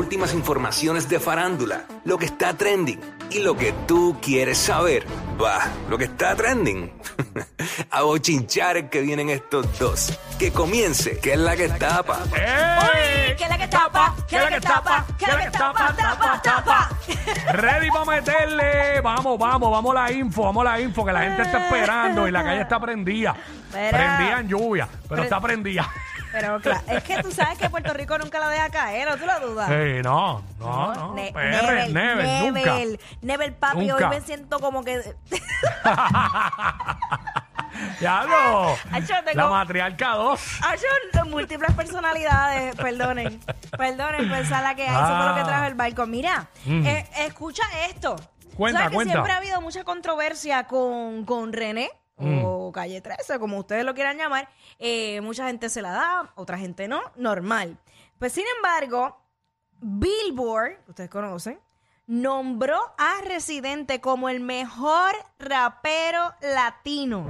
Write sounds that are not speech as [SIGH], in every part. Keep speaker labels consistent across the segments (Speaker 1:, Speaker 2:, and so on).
Speaker 1: últimas informaciones de farándula, lo que está trending y lo que tú quieres saber. Va, lo que está trending. [LAUGHS] A bochinchar que vienen estos dos. Que comience, que es la que tapa.
Speaker 2: ¡Ey!
Speaker 3: ¿Qué es la que tapa? ¿Qué es la que tapa? ¿Qué es la que tapa? Tapa, tapa.
Speaker 2: Ready para meterle. Vamos, vamos, vamos a la info, vamos a la info, que la gente está esperando y la calle está prendida.
Speaker 3: Mira.
Speaker 2: Prendida en lluvia, pero
Speaker 3: Pre-
Speaker 2: está prendida.
Speaker 3: Pero claro, es que tú sabes que Puerto Rico nunca la deja caer, ¿o tú lo dudas?
Speaker 2: Eh, no, no, no.
Speaker 3: Ah. Ne-
Speaker 2: PR, never, nunca.
Speaker 3: never, never, papi,
Speaker 2: Nunca.
Speaker 3: hoy me siento como que...
Speaker 2: Ya lo.
Speaker 3: [LAUGHS] Ay, yo tengo-
Speaker 2: La matriarca 2.
Speaker 3: Ah, yo, múltiples personalidades, perdonen. Perdonen, pues a la que hay, eso fue lo
Speaker 2: Ah.
Speaker 3: que trajo el barco. Mira, eh, escucha esto.
Speaker 2: Mm. Cuenta,
Speaker 3: ¿Sabes que
Speaker 2: cuenta.
Speaker 3: siempre ha habido mucha controversia con, con René?
Speaker 2: Mm.
Speaker 3: O calle 13, como ustedes lo quieran llamar, Eh, mucha gente se la da, otra gente no, normal. Pues sin embargo, Billboard, que ustedes conocen, nombró a Residente como el mejor rapero latino.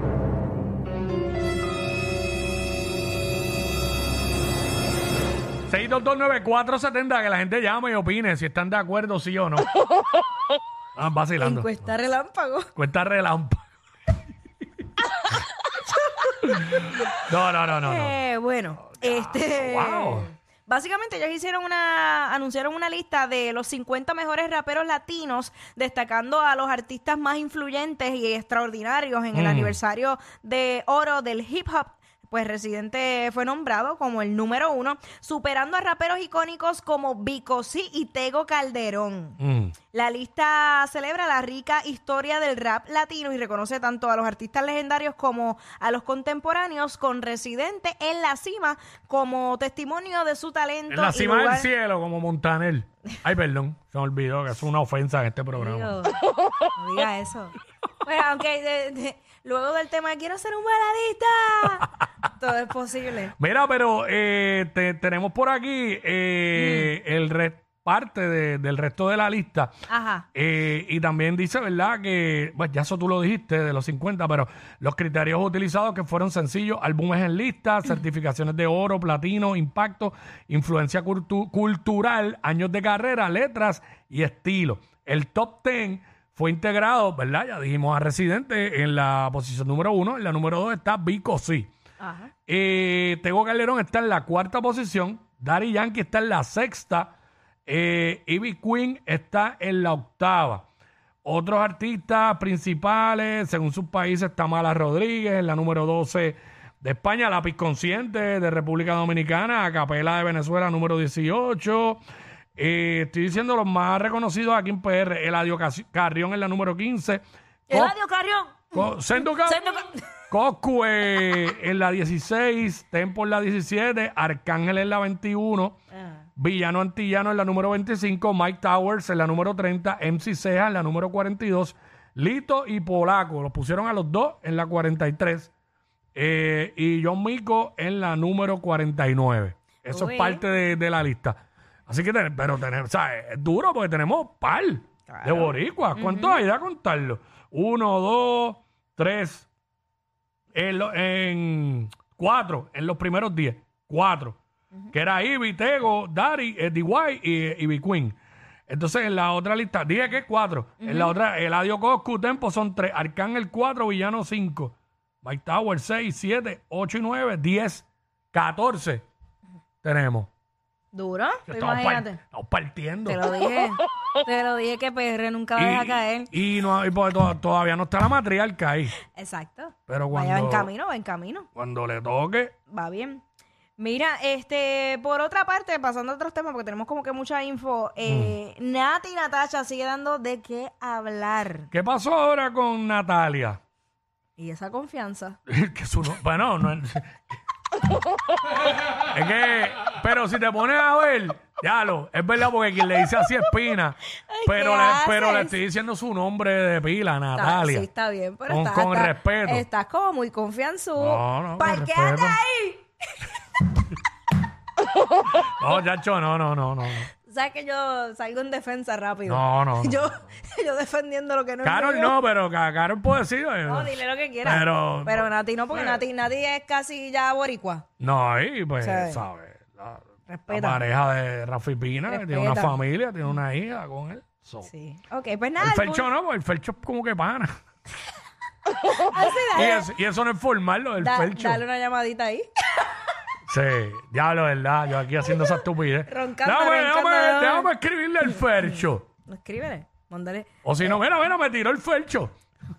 Speaker 2: que la gente llame y opine si están de acuerdo, sí
Speaker 3: [LAUGHS]
Speaker 2: o no. Están vacilando.
Speaker 3: Encuesta relámpago.
Speaker 2: Cuenta
Speaker 3: [LAUGHS]
Speaker 2: relámpago. no, no, no, no. no.
Speaker 3: Eh, bueno, este.
Speaker 2: wow.
Speaker 3: Básicamente ellos hicieron una, anunciaron una lista de los 50 mejores raperos latinos, destacando a los artistas más influyentes y extraordinarios en el
Speaker 2: Mm.
Speaker 3: aniversario de oro del hip hop. Pues Residente fue nombrado como el número uno, superando a raperos icónicos como Vico C y Tego Calderón.
Speaker 2: Mm.
Speaker 3: La lista celebra la rica historia del rap latino y reconoce tanto a los artistas legendarios como a los contemporáneos con Residente en la cima como testimonio de su talento.
Speaker 2: En la
Speaker 3: y
Speaker 2: cima del
Speaker 3: lugar-
Speaker 2: cielo, como Montaner. Ay, perdón, se me olvidó que es una ofensa en este programa.
Speaker 3: Dios, no diga eso. Bueno, aunque de- de- luego del tema quiero ser un
Speaker 2: [LAUGHS]
Speaker 3: baladista, todo es posible.
Speaker 2: Mira, pero eh, te- tenemos por aquí eh, el re- parte de- del resto de la lista.
Speaker 3: Ajá.
Speaker 2: Eh, y también dice, ¿verdad? Que, bueno, ya eso tú lo dijiste de los 50, pero los criterios utilizados que fueron sencillos, álbumes en lista, certificaciones de oro, platino, impacto, influencia cultu- cultural, años de carrera, letras y estilo. El top 10 fue integrado, ¿verdad? Ya dijimos a Residente en la posición número 1, en la número 2 está Vico Sí.
Speaker 3: Ajá.
Speaker 2: Eh, Tego Calderón está en la cuarta posición. Daddy Yankee está en la sexta. Eh, Ivy Queen está en la octava. Otros artistas principales, según sus países, está Mala Rodríguez en la número 12 de España, Lápiz Consciente de República Dominicana, Acapela de Venezuela, número 18. Eh, estoy diciendo los más reconocidos aquí en PR. Eladio Casi- Carrión en la número 15. Cos-
Speaker 3: Eladio Carrión.
Speaker 2: Co- Sendo Ca-
Speaker 3: Sendo Ca-
Speaker 2: Coscue eh, en la 16, Tempo en la 17, Arcángel en la 21,
Speaker 3: Ah,
Speaker 2: Villano Antillano en la número 25, Mike Towers en la número 30, MC Ceja en la número 42, Lito y Polaco, los pusieron a los dos en la 43, eh, y John Mico en la número 49. Eso
Speaker 3: Uy.
Speaker 2: es parte de, de la lista. Así que, ten- pero tenemos, o sea, es duro porque tenemos par de boricuas. ¿Cuántos hay? Da contarlo. Uno, dos, tres, en, lo- en cuatro, en los primeros diez, cuatro, que era Ivy, Tego, Dari, eh, D.Y. y Ivy Queen. Entonces, en la otra lista, dije que es cuatro. En la otra, Eladio Coscu, Tempo son tres, Arcángel cuatro, Villano cinco, Mike Tower seis, siete, ocho y nueve, diez, catorce tenemos.
Speaker 3: Duro. pues,
Speaker 2: Estamos, par-
Speaker 3: Imagínate.
Speaker 2: estamos partiendo.
Speaker 3: Te lo dije. Te lo dije que PR nunca va a dejar caer.
Speaker 2: y no, y porque to- todavía no está la matriarca ahí.
Speaker 3: Exacto.
Speaker 2: Pero
Speaker 3: Vaya, va en
Speaker 2: cuando-
Speaker 3: camino, va en camino.
Speaker 2: Cuando le toque,
Speaker 3: va bien. Mira, este, por otra parte, pasando a otros temas, porque tenemos como que mucha info, eh,
Speaker 2: Mm.
Speaker 3: Nati Natasha sigue dando de qué hablar.
Speaker 2: ¿Qué pasó ahora con Natalia?
Speaker 3: Y esa confianza.
Speaker 2: [LAUGHS] que su no- bueno, no es... [LAUGHS] es que, pero si te pones a ver, ya lo, es verdad porque quien le dice así es Pina, pero
Speaker 3: ¿qué
Speaker 2: le, pero le
Speaker 3: haces?
Speaker 2: estoy diciendo su nombre de pila,
Speaker 3: Está-
Speaker 2: Natalia.
Speaker 3: sí, está bien, pero
Speaker 2: Con-
Speaker 3: está-
Speaker 2: con
Speaker 3: está-
Speaker 2: respeto.
Speaker 3: Estás como muy confianzudo.
Speaker 2: No, no, con
Speaker 3: Parquéate
Speaker 2: respeto.
Speaker 3: ahí.
Speaker 2: No, chacho, no, no, no, no. no.
Speaker 3: Sabes que yo salgo en defensa rápido.
Speaker 2: No,
Speaker 3: [LAUGHS]
Speaker 2: no, no.
Speaker 3: Yo, yo defendiendo lo que no es
Speaker 2: Carol
Speaker 3: mío.
Speaker 2: no, pero Ca- Carol puede decir. eh,
Speaker 3: No, dile lo que quieras.
Speaker 2: Pero-
Speaker 3: Nati no, porque Nati, Nati es casi ya boricua.
Speaker 2: No, ahí pues,
Speaker 3: Sí.
Speaker 2: ¿sabes? No, La
Speaker 3: Respeta.
Speaker 2: pareja de Rafi Pina, que tiene una
Speaker 3: Respeta.
Speaker 2: familia, tiene una hija con él. So.
Speaker 3: Sí. Ok, pues nada.
Speaker 2: El
Speaker 3: algún-
Speaker 2: Felcho no, porque el Felcho es como que pana.
Speaker 3: Ah, sí,
Speaker 2: Y,
Speaker 3: dale,
Speaker 2: es- y eso no es formal, [LAUGHS] lo del
Speaker 3: da-
Speaker 2: Felcho.
Speaker 3: dale una llamadita ahí. [LAUGHS]
Speaker 2: Sí, diablo, ¿verdad? Yo aquí haciendo esa estupidez.
Speaker 3: [LAUGHS] Roncando,
Speaker 2: déjame,
Speaker 3: roncando.
Speaker 2: déjame, déjame escribirle al Felcho.
Speaker 3: Escríbele. Mándale.
Speaker 2: O si no, mira, mira, me tiró el Felcho.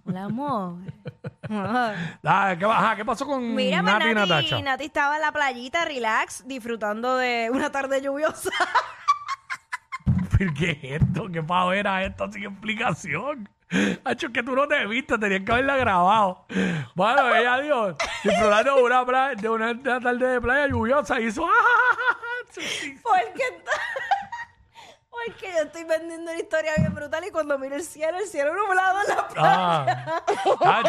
Speaker 3: Hola,
Speaker 2: [LAUGHS]
Speaker 3: amor. [LAUGHS] Amor.
Speaker 2: Ah, ¿qué, ajá, ¿qué pasó con
Speaker 3: Mira, pues,
Speaker 2: Nati y
Speaker 3: Nati,
Speaker 2: Natacha?
Speaker 3: Nati estaba en la playita, relax, disfrutando de una tarde lluviosa.
Speaker 2: [LAUGHS]
Speaker 3: [LAUGHS]
Speaker 2: Pero, ¿Qué es esto? ¿Qué pavo era esto sin explicación? Hacho, que tú no te viste, tenías que haberla grabado. Bueno, ella dijo, disfrutando de una, playa- de una tarde de playa lluviosa, hizo... [LAUGHS] "Ah, ah, ah, ah".
Speaker 3: Porque, [LAUGHS] porque yo estoy vendiendo una historia bien brutal y cuando miro el cielo, el cielo nublado en la playa.
Speaker 2: Ah. Ach,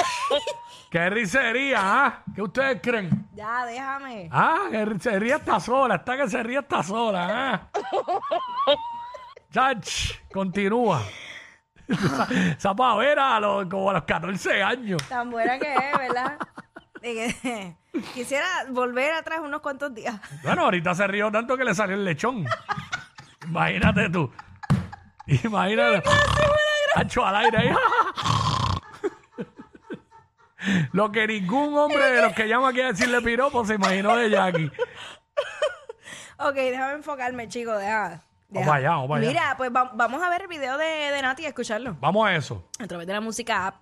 Speaker 2: ¡Qué risería! ¿ah? ¿Qué ustedes creen?
Speaker 3: Ya, déjame.
Speaker 2: Ah, que r- se ría está sola, está que se ría está sola. Ah. Chach, continúa. [LAUGHS] Esa- Esa pavera a los, como a los 14 años.
Speaker 3: Tan buena que
Speaker 2: [LAUGHS]
Speaker 3: es, ¿verdad? Y que- [LAUGHS] Quisiera volver atrás unos cuantos días.
Speaker 2: Bueno, ahorita se rió tanto que le salió el lechón. Imagínate tú. Imagínate. Hacho al aire ahí. [LAUGHS] Lo que ningún hombre de los que llama aquí a decirle piropo se imaginó de Jackie.
Speaker 3: Ok, déjame enfocarme, chico, deja. deja.
Speaker 2: Vamos allá, vamos allá.
Speaker 3: Mira, pues va- vamos a ver el video de, de Nati y escucharlo.
Speaker 2: Vamos a eso.
Speaker 3: A través de la música app.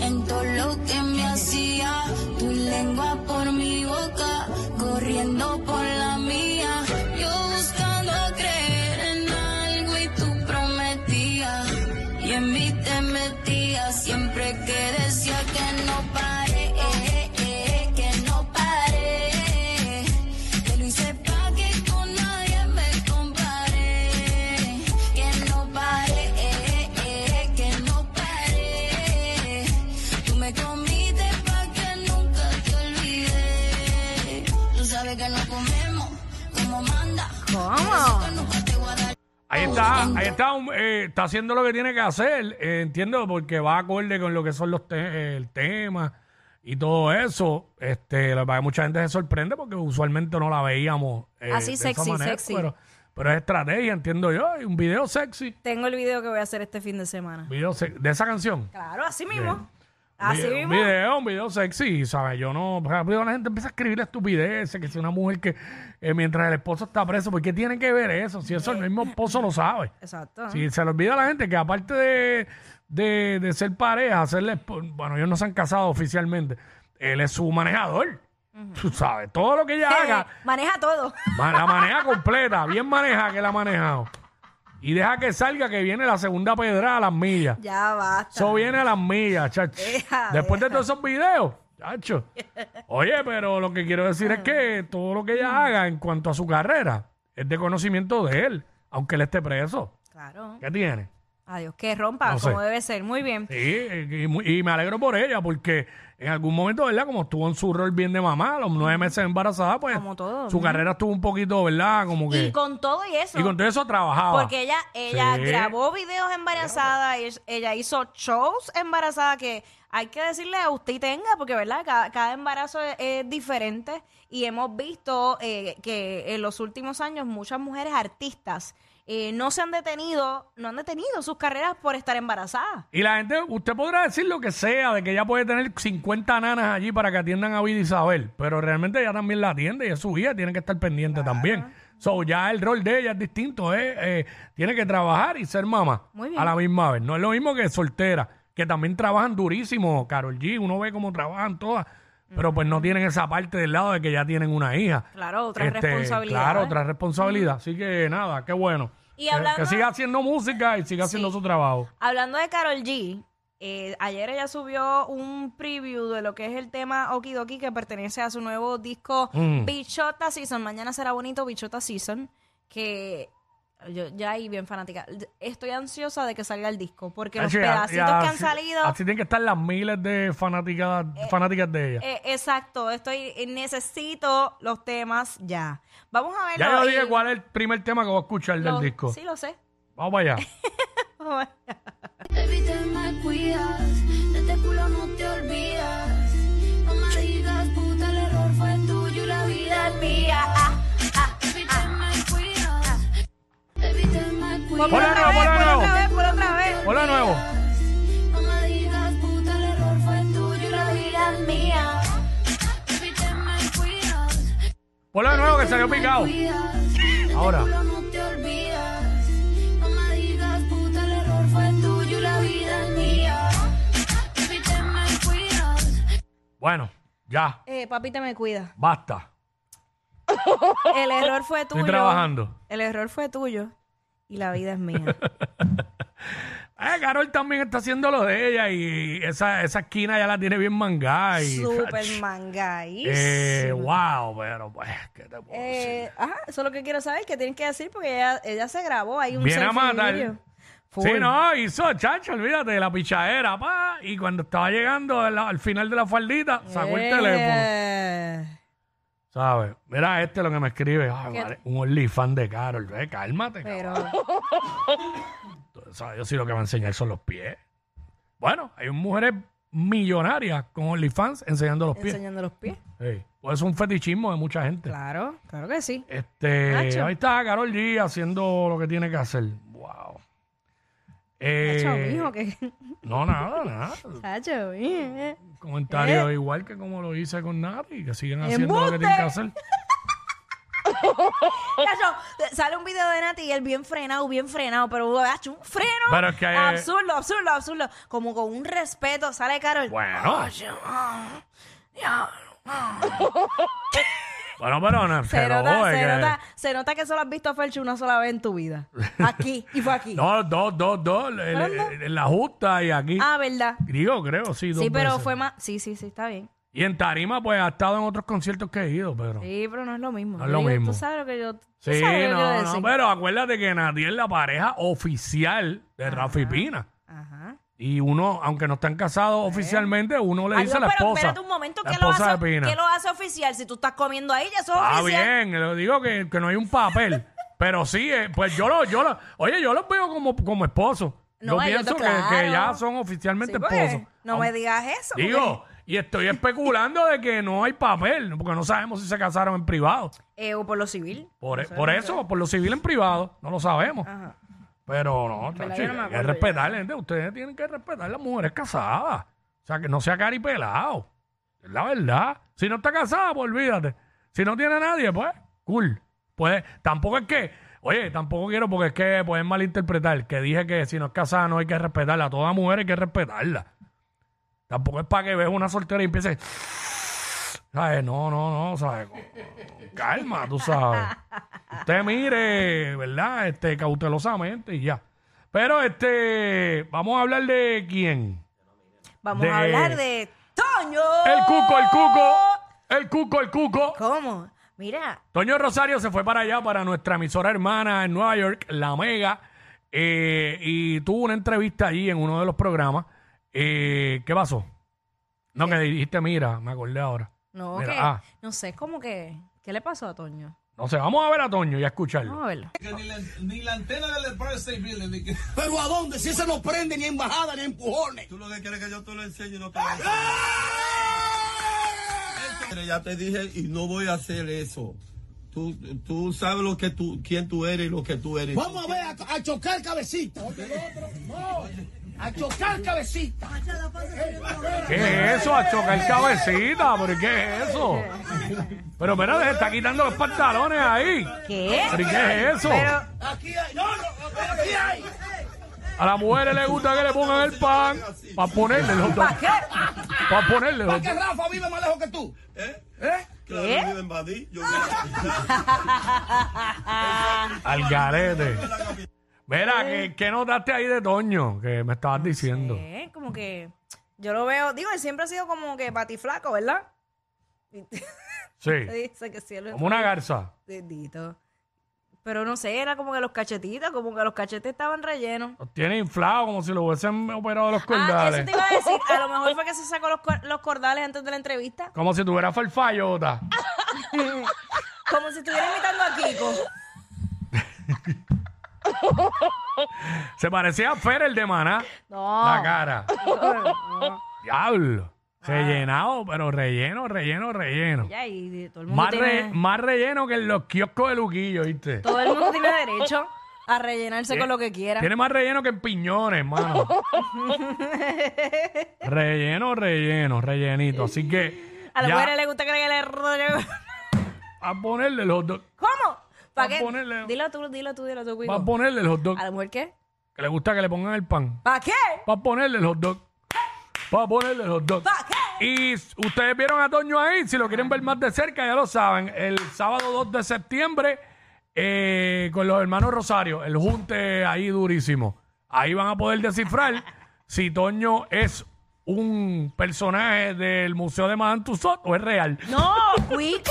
Speaker 4: En todo lo que me hacía, tu lengua por mi boca, corriendo por la mía. Yo buscando creer en algo y tú prometías. Y en mí te metías siempre que decía que no paré, eh, eh, que no paré. Te lo hice pa' que con nadie me comparé. Que no paré, eh, eh, que no paré. Tú me comiste pa' que nunca te olvidé. Tú sabes que no comemos como manda.
Speaker 3: ¿Cómo?
Speaker 4: Nunca te voy a dar.
Speaker 2: Ahí
Speaker 3: Oh,
Speaker 2: está, ahí está, un- eh, está haciendo lo que tiene que hacer, eh, entiendo, porque va acorde con lo que son los te- el tema y todo eso. Este, la verdad que mucha gente se sorprende porque usualmente no la veíamos eh,
Speaker 3: Así
Speaker 2: de esa
Speaker 3: sexy,
Speaker 2: manera,
Speaker 3: sexy.
Speaker 2: Pero, pero es estrategia, entiendo yo, y un video sexy,
Speaker 3: Tengo el video que voy a hacer este fin de semana.
Speaker 2: video se- de esa canción.
Speaker 3: Claro, así mismo. Así
Speaker 2: Video-
Speaker 3: mismo.
Speaker 2: Un video, un video sexy, ¿sabes? Yo no. Rápido la gente empieza a escribir estupideces, que si una mujer que. eh, mientras el esposo está preso, ¿por qué tiene que ver eso? Si eso el mismo esposo lo sabe.
Speaker 3: Exacto.
Speaker 2: Sí, se le olvida a la gente que aparte de, de, de ser pareja, hacerle, bueno, ellos no se han casado oficialmente, él es su manejador. Tú sabes, todo lo que ella haga,
Speaker 3: Eh, Maneja todo.
Speaker 2: ma- la maneja completa, bien maneja que la ha manejado. Y deja que salga que viene la segunda pedra a las millas.
Speaker 3: Ya basta.
Speaker 2: Eso viene a las millas, chacho.
Speaker 3: Deja,
Speaker 2: Después de todos esos videos,
Speaker 3: [LAUGHS]
Speaker 2: chacho. Oye, pero lo que quiero decir
Speaker 3: Ah.
Speaker 2: es que todo lo que
Speaker 3: Mm.
Speaker 2: ella haga en cuanto a su carrera es de conocimiento de él, aunque él esté preso.
Speaker 3: Claro.
Speaker 2: ¿Qué tiene?
Speaker 3: Adiós, que rompa,
Speaker 2: No sé.
Speaker 3: como debe ser. Muy bien.
Speaker 2: Sí, y, mu- y me alegro por ella, porque en algún momento, ¿verdad? Como estuvo en su rol bien de mamá, a los nueve meses embarazada, pues
Speaker 3: Como todo,
Speaker 2: su
Speaker 3: ¿no?
Speaker 2: carrera estuvo un poquito, ¿verdad? Como que...
Speaker 3: Y con todo y eso.
Speaker 2: y con todo eso trabajaba.
Speaker 3: Porque ella, ella
Speaker 2: Ah. Sí.
Speaker 3: grabó videos embarazada, ella- ella hizo shows embarazada que hay que decirle a usted y tenga, porque verdad, cada, cada embarazo es, es diferente y hemos visto eh, que en los últimos años muchas mujeres artistas eh, no se han detenido, no han detenido sus carreras por estar embarazadas.
Speaker 2: Y la gente, usted podrá decir lo que sea, de que ella puede tener 50 nanas allí para que atiendan a Vida Isabel, pero realmente ella también la atiende y es su hija, tiene que estar pendiente también. So, ya el rol de ella es distinto, es, eh, tiene que trabajar y ser mamá
Speaker 3: Muy bien.
Speaker 2: a la misma vez. No es lo mismo que soltera, que también trabajan durísimo, Carol G, uno ve cómo trabajan todas, pero pues no tienen esa parte del lado de que ya tienen una hija.
Speaker 3: Claro, otras
Speaker 2: Este,
Speaker 3: responsabilidades.
Speaker 2: Claro, otra responsabilidad. Así que nada, qué bueno.
Speaker 3: ¿eh? Y
Speaker 2: Que- que,
Speaker 3: hablando-
Speaker 2: siga haciendo música y siga haciendo su trabajo.
Speaker 3: Hablando de Carol G, eh, ayer ella subió un preview de lo que es el tema Okidoki que pertenece a su nuevo disco
Speaker 2: Mm.
Speaker 3: Bichota Season. Mañana será bonito Bichota Season, que yo ya ahí bien fanática. Estoy ansiosa de que salga el disco, porque los
Speaker 2: Así, a-
Speaker 3: pedacitos
Speaker 2: y
Speaker 3: que han
Speaker 2: así-
Speaker 3: salido...
Speaker 2: Así tienen que estar las miles de fanáticas, fanáticas de ella.
Speaker 3: eh, exacto, estoy eh, necesito los temas ya. Vamos a ver
Speaker 2: ya yo dije cuál es el primer tema que voy a escuchar del disco.
Speaker 3: Sí, lo sé.
Speaker 2: Vamos para allá.
Speaker 4: Baby, te me cuidas, de este culo no te olvidas. No me digas, puta, el error fue tuyo y la vida es mía. Ah, ah,
Speaker 3: Ponlo
Speaker 2: Ponlo
Speaker 3: otra
Speaker 2: nuevo, ponlo
Speaker 3: vez,
Speaker 2: nuevo.
Speaker 3: ponlo otra vez, ponlo otra vez.
Speaker 2: Hola nuevo.
Speaker 4: No me digas, puta, el error fue tuyo y la vida es mía. Baby, te me cuidas,
Speaker 2: Hola nuevo que salió
Speaker 4: me
Speaker 2: picado.
Speaker 4: cuidas, de tu
Speaker 2: Ahora.
Speaker 4: culo no te olvidas. No me digas, puta, el error fue tuyo y la vida es mía. Baby, te me cuidas,
Speaker 2: Bueno, ya,
Speaker 3: Eh, papi, te me cuida.
Speaker 2: basta.
Speaker 3: El error fue tuyo.
Speaker 2: Oh, Estoy trabajando.
Speaker 3: El error fue tuyo y la vida es mía.
Speaker 2: [LAUGHS] Eh, Carol también está haciendo lo de ella y esa, esa esquina ya la tiene bien mangá. Y,
Speaker 3: Super mangáis.
Speaker 2: Eh, wow, pero pues, ¿qué te puedo decir?
Speaker 3: Eh, ajá, eso es lo que quiero saber, que tienen que decir, porque ella, ella se grabó, hay un
Speaker 2: Viene a
Speaker 3: selfie
Speaker 2: matar.
Speaker 3: video.
Speaker 2: Sí,
Speaker 3: Full.
Speaker 2: no, hizo, chacho, olvídate de la pichadera, pa. Y cuando estaba llegando al, al final de la faldita, sacó el teléfono.
Speaker 3: Eh,
Speaker 2: ¿Sabes? Mira este lo que me escribe. Ay,
Speaker 3: ¿Qué?
Speaker 2: vale, un OnlyFans de Carol. Eh, cálmate, [LAUGHS]
Speaker 3: Pero,
Speaker 2: cabrón. ¿Sabes? Yo sí lo que va a enseñar son los pies. Bueno, hay mujeres millonarias con OnlyFans enseñando los pies.
Speaker 3: enseñando los pies.
Speaker 2: Sí. Pues es un fetichismo de mucha gente.
Speaker 3: Claro, claro que sí.
Speaker 2: Este,
Speaker 3: Nacho.
Speaker 2: ahí está Carol G haciendo lo que tiene que hacer. Wow. Eh,
Speaker 3: Chacho, mijo, que. [LAUGHS]
Speaker 2: no, nada, nada.
Speaker 3: Chacho, mijo.
Speaker 2: Comentario igual que como lo hice con Nati, que siguen haciendo lo que
Speaker 3: ¡Embuste!
Speaker 2: tienen que hacer. Oh.
Speaker 3: Chacho, sale un video de Nati y él bien frenado, bien frenado, pero ah, chacho, un freno.
Speaker 2: Pero es que- eh,
Speaker 3: Absurdo, absurdo, absurdo. Como con un respeto sale Carol. [LAUGHS]
Speaker 2: Bueno. bueno, pero no,
Speaker 3: Se
Speaker 2: pero,
Speaker 3: nota,
Speaker 2: oye,
Speaker 3: se,
Speaker 2: que-
Speaker 3: nota, se nota que solo has visto a Ferchi una sola vez en tu vida. Aquí, y fue aquí.
Speaker 2: [LAUGHS] No, dos, dos, dos. el- el- el- en la justa y aquí.
Speaker 3: Ah, ¿verdad?
Speaker 2: Digo, creo, sí, dos
Speaker 3: Sí, pero
Speaker 2: veces.
Speaker 3: fue más. Sí, sí, sí, está bien.
Speaker 2: Y en Tarima, pues ha estado en otros conciertos que he ido, pero.
Speaker 3: Sí, pero no es lo mismo.
Speaker 2: No es lo
Speaker 3: Yo digo,
Speaker 2: mismo.
Speaker 3: Tú sabes lo que yo. tú
Speaker 2: Sí,
Speaker 3: sabes lo que quiero
Speaker 2: no, no,
Speaker 3: decir.
Speaker 2: pero acuérdate que Nadia es la pareja oficial de Rafi Pina.
Speaker 3: Ajá.
Speaker 2: Y uno, aunque no están casados oficialmente, uno le
Speaker 3: Ay,
Speaker 2: dice
Speaker 3: Ah, no,
Speaker 2: a la
Speaker 3: pero
Speaker 2: esposa.
Speaker 3: espérate un momento,
Speaker 2: la
Speaker 3: ¿qué lo,
Speaker 2: esposa
Speaker 3: hace,
Speaker 2: de Pina.
Speaker 3: ¿qué lo hace oficial? Si tú estás comiendo ahí, ya eso es
Speaker 2: Ah,
Speaker 3: oficial.
Speaker 2: bien, le digo que, que no hay un
Speaker 3: [LAUGHS]
Speaker 2: papel. pero sí, eh, pues yo lo, yo lo, oye, yo los veo como, como esposos.
Speaker 3: No,
Speaker 2: yo
Speaker 3: ellos
Speaker 2: pienso
Speaker 3: dos,
Speaker 2: que, que
Speaker 3: claro.
Speaker 2: ya son
Speaker 3: Sí,
Speaker 2: oficialmente
Speaker 3: porque
Speaker 2: esposos.
Speaker 3: No me digas eso. porque-
Speaker 2: este Digo, y estoy especulando de que no hay papel, porque no sabemos si se casaron en privado.
Speaker 3: Eh, o por lo civil.
Speaker 2: Por, e, por eso, por lo civil en privado, no lo sabemos. Pero no, chacho,
Speaker 3: yo no me
Speaker 2: hay que
Speaker 3: acuerdo
Speaker 2: respetar, gente. Ustedes tienen que respetar a las mujeres casadas. O sea, que no sea caripelado. Es la verdad. Si no está casada, pues olvídate. Si no tiene a nadie, pues, cool. Pues, tampoco es que, oye, tampoco quiero porque es que pueden malinterpretar. Que dije que si no es casada no hay que respetarla. A toda mujer hay que respetarla. Tampoco es para que veas una soltera y empieces. ¿Sabes? No, no, no, ¿sabes? Con- con calma, tú sabes. Usted mire, ¿verdad? Este, cautelosamente y ya. Pero este, vamos a hablar de quién.
Speaker 3: Vamos
Speaker 2: De-
Speaker 3: a hablar de Toño.
Speaker 2: El cuco, el cuco. El cuco, el cuco.
Speaker 3: ¿Cómo? Mira,
Speaker 2: Toño Rosario se fue para allá, para nuestra emisora hermana en Nueva York, La Mega, eh, y tuvo una entrevista allí en uno de los programas. Eh, ¿Qué pasó? No, que dijiste, mira, me acordé ahora.
Speaker 3: no,
Speaker 2: Mira,
Speaker 3: que,
Speaker 2: ah.
Speaker 3: no sé, como que, ¿qué le pasó a Toño?
Speaker 2: No sé, vamos a ver a Toño y a escucharlo.
Speaker 3: Vamos a verlo.
Speaker 5: Que ni, la, ni la antena del Empire State Building. ni que-
Speaker 6: [LAUGHS] Pero ¿a dónde? Si esa no prende ni embajada ni empujones.
Speaker 5: Tú lo que quieres que yo te lo enseñe y no te lo enseño.
Speaker 6: ¡Ah!
Speaker 5: Pero Ya te dije y no voy a hacer eso. Tú, tú sabes lo que tú, quién tú eres y lo que tú eres.
Speaker 6: Vamos a ver a, a chocar cabecita. No, a chocar cabecita.
Speaker 2: ¿Qué es eso? A chocar cabecita, ¿pero qué es eso? Pero espérate, se está quitando los pantalones ahí.
Speaker 3: ¿Qué?
Speaker 2: ¿Pero qué es eso?
Speaker 6: Aquí hay, no, no, aquí hay.
Speaker 2: A las mujeres les gusta que le pongan el pan para ponerle los dos.
Speaker 3: ¿Para qué?
Speaker 2: Para ponerle
Speaker 6: ¿Para
Speaker 2: los
Speaker 6: qué Rafa vive más lejos que tú? ¡Ah!
Speaker 5: ¿Eh?
Speaker 6: ¿Eh?
Speaker 5: Claro,
Speaker 3: ¿Qué?
Speaker 5: vive en Badí, yo-
Speaker 2: Al garete. Mira, ¿qué, qué notaste ahí de Toño? Que me estabas diciendo.
Speaker 3: ¿Qué? Como que, yo lo veo, digo, él siempre ha sido como que patiflaco, ¿verdad? Y te
Speaker 2: Sí.
Speaker 3: dice que sí, él es
Speaker 2: Como una garza.
Speaker 3: bendito. Pero no sé, era como que los cachetitos, como que los cachetes estaban rellenos.
Speaker 2: Los tiene inflados como si lo hubiesen operado los
Speaker 3: Ah, eso
Speaker 2: cordales.
Speaker 3: te iba a decir. A lo mejor fue que se sacó los, cor- los cordales antes de la entrevista.
Speaker 2: Como si tuviera farfallota.
Speaker 3: Como si estuviera imitando a Kiko.
Speaker 2: Se parecía a Fer el de Maná.
Speaker 3: No. Ah.
Speaker 2: La
Speaker 3: [LAUGHS]
Speaker 2: cara. Diablo. Rellenado, pero relleno, relleno, relleno.
Speaker 3: Ya, y todo el mundo
Speaker 2: Más, re-
Speaker 3: tiene...
Speaker 2: más relleno que en los kioscos de Luquillo, ¿viste? Eh,
Speaker 3: Todo el mundo tiene derecho a rellenarse con lo que quiera.
Speaker 2: Tiene más relleno que en piñones,
Speaker 3: [LAUGHS]
Speaker 2: mano. relleno, relleno, rellenito. Así que
Speaker 3: A las
Speaker 2: ya,
Speaker 3: mujeres les gusta que le
Speaker 2: a ponerle los dos.
Speaker 3: [LAUGHS] ¿Cómo?
Speaker 2: Va
Speaker 3: ¿Para
Speaker 2: a
Speaker 3: qué?
Speaker 2: ponerle-
Speaker 3: Dilo tú, dilo tú, dilo tú,
Speaker 2: Va a
Speaker 3: Cuico.
Speaker 2: ponerle los dos.
Speaker 3: ¿A la mujer qué?
Speaker 2: Que le gusta que le pongan el pan.
Speaker 3: ¿Para qué?
Speaker 2: Va a ponerle los dos. Va a ponerle los dos.
Speaker 3: ¿Para qué?
Speaker 2: Y s- ustedes vieron a Toño ahí, si lo quieren ver más de cerca, ya lo saben. El sábado 2 de septiembre, eh, con los hermanos Rosario, el junte ahí durísimo. Ahí van a poder descifrar si Toño es un personaje del Museo de Madame Tussauds o es real.
Speaker 3: No, Cuico.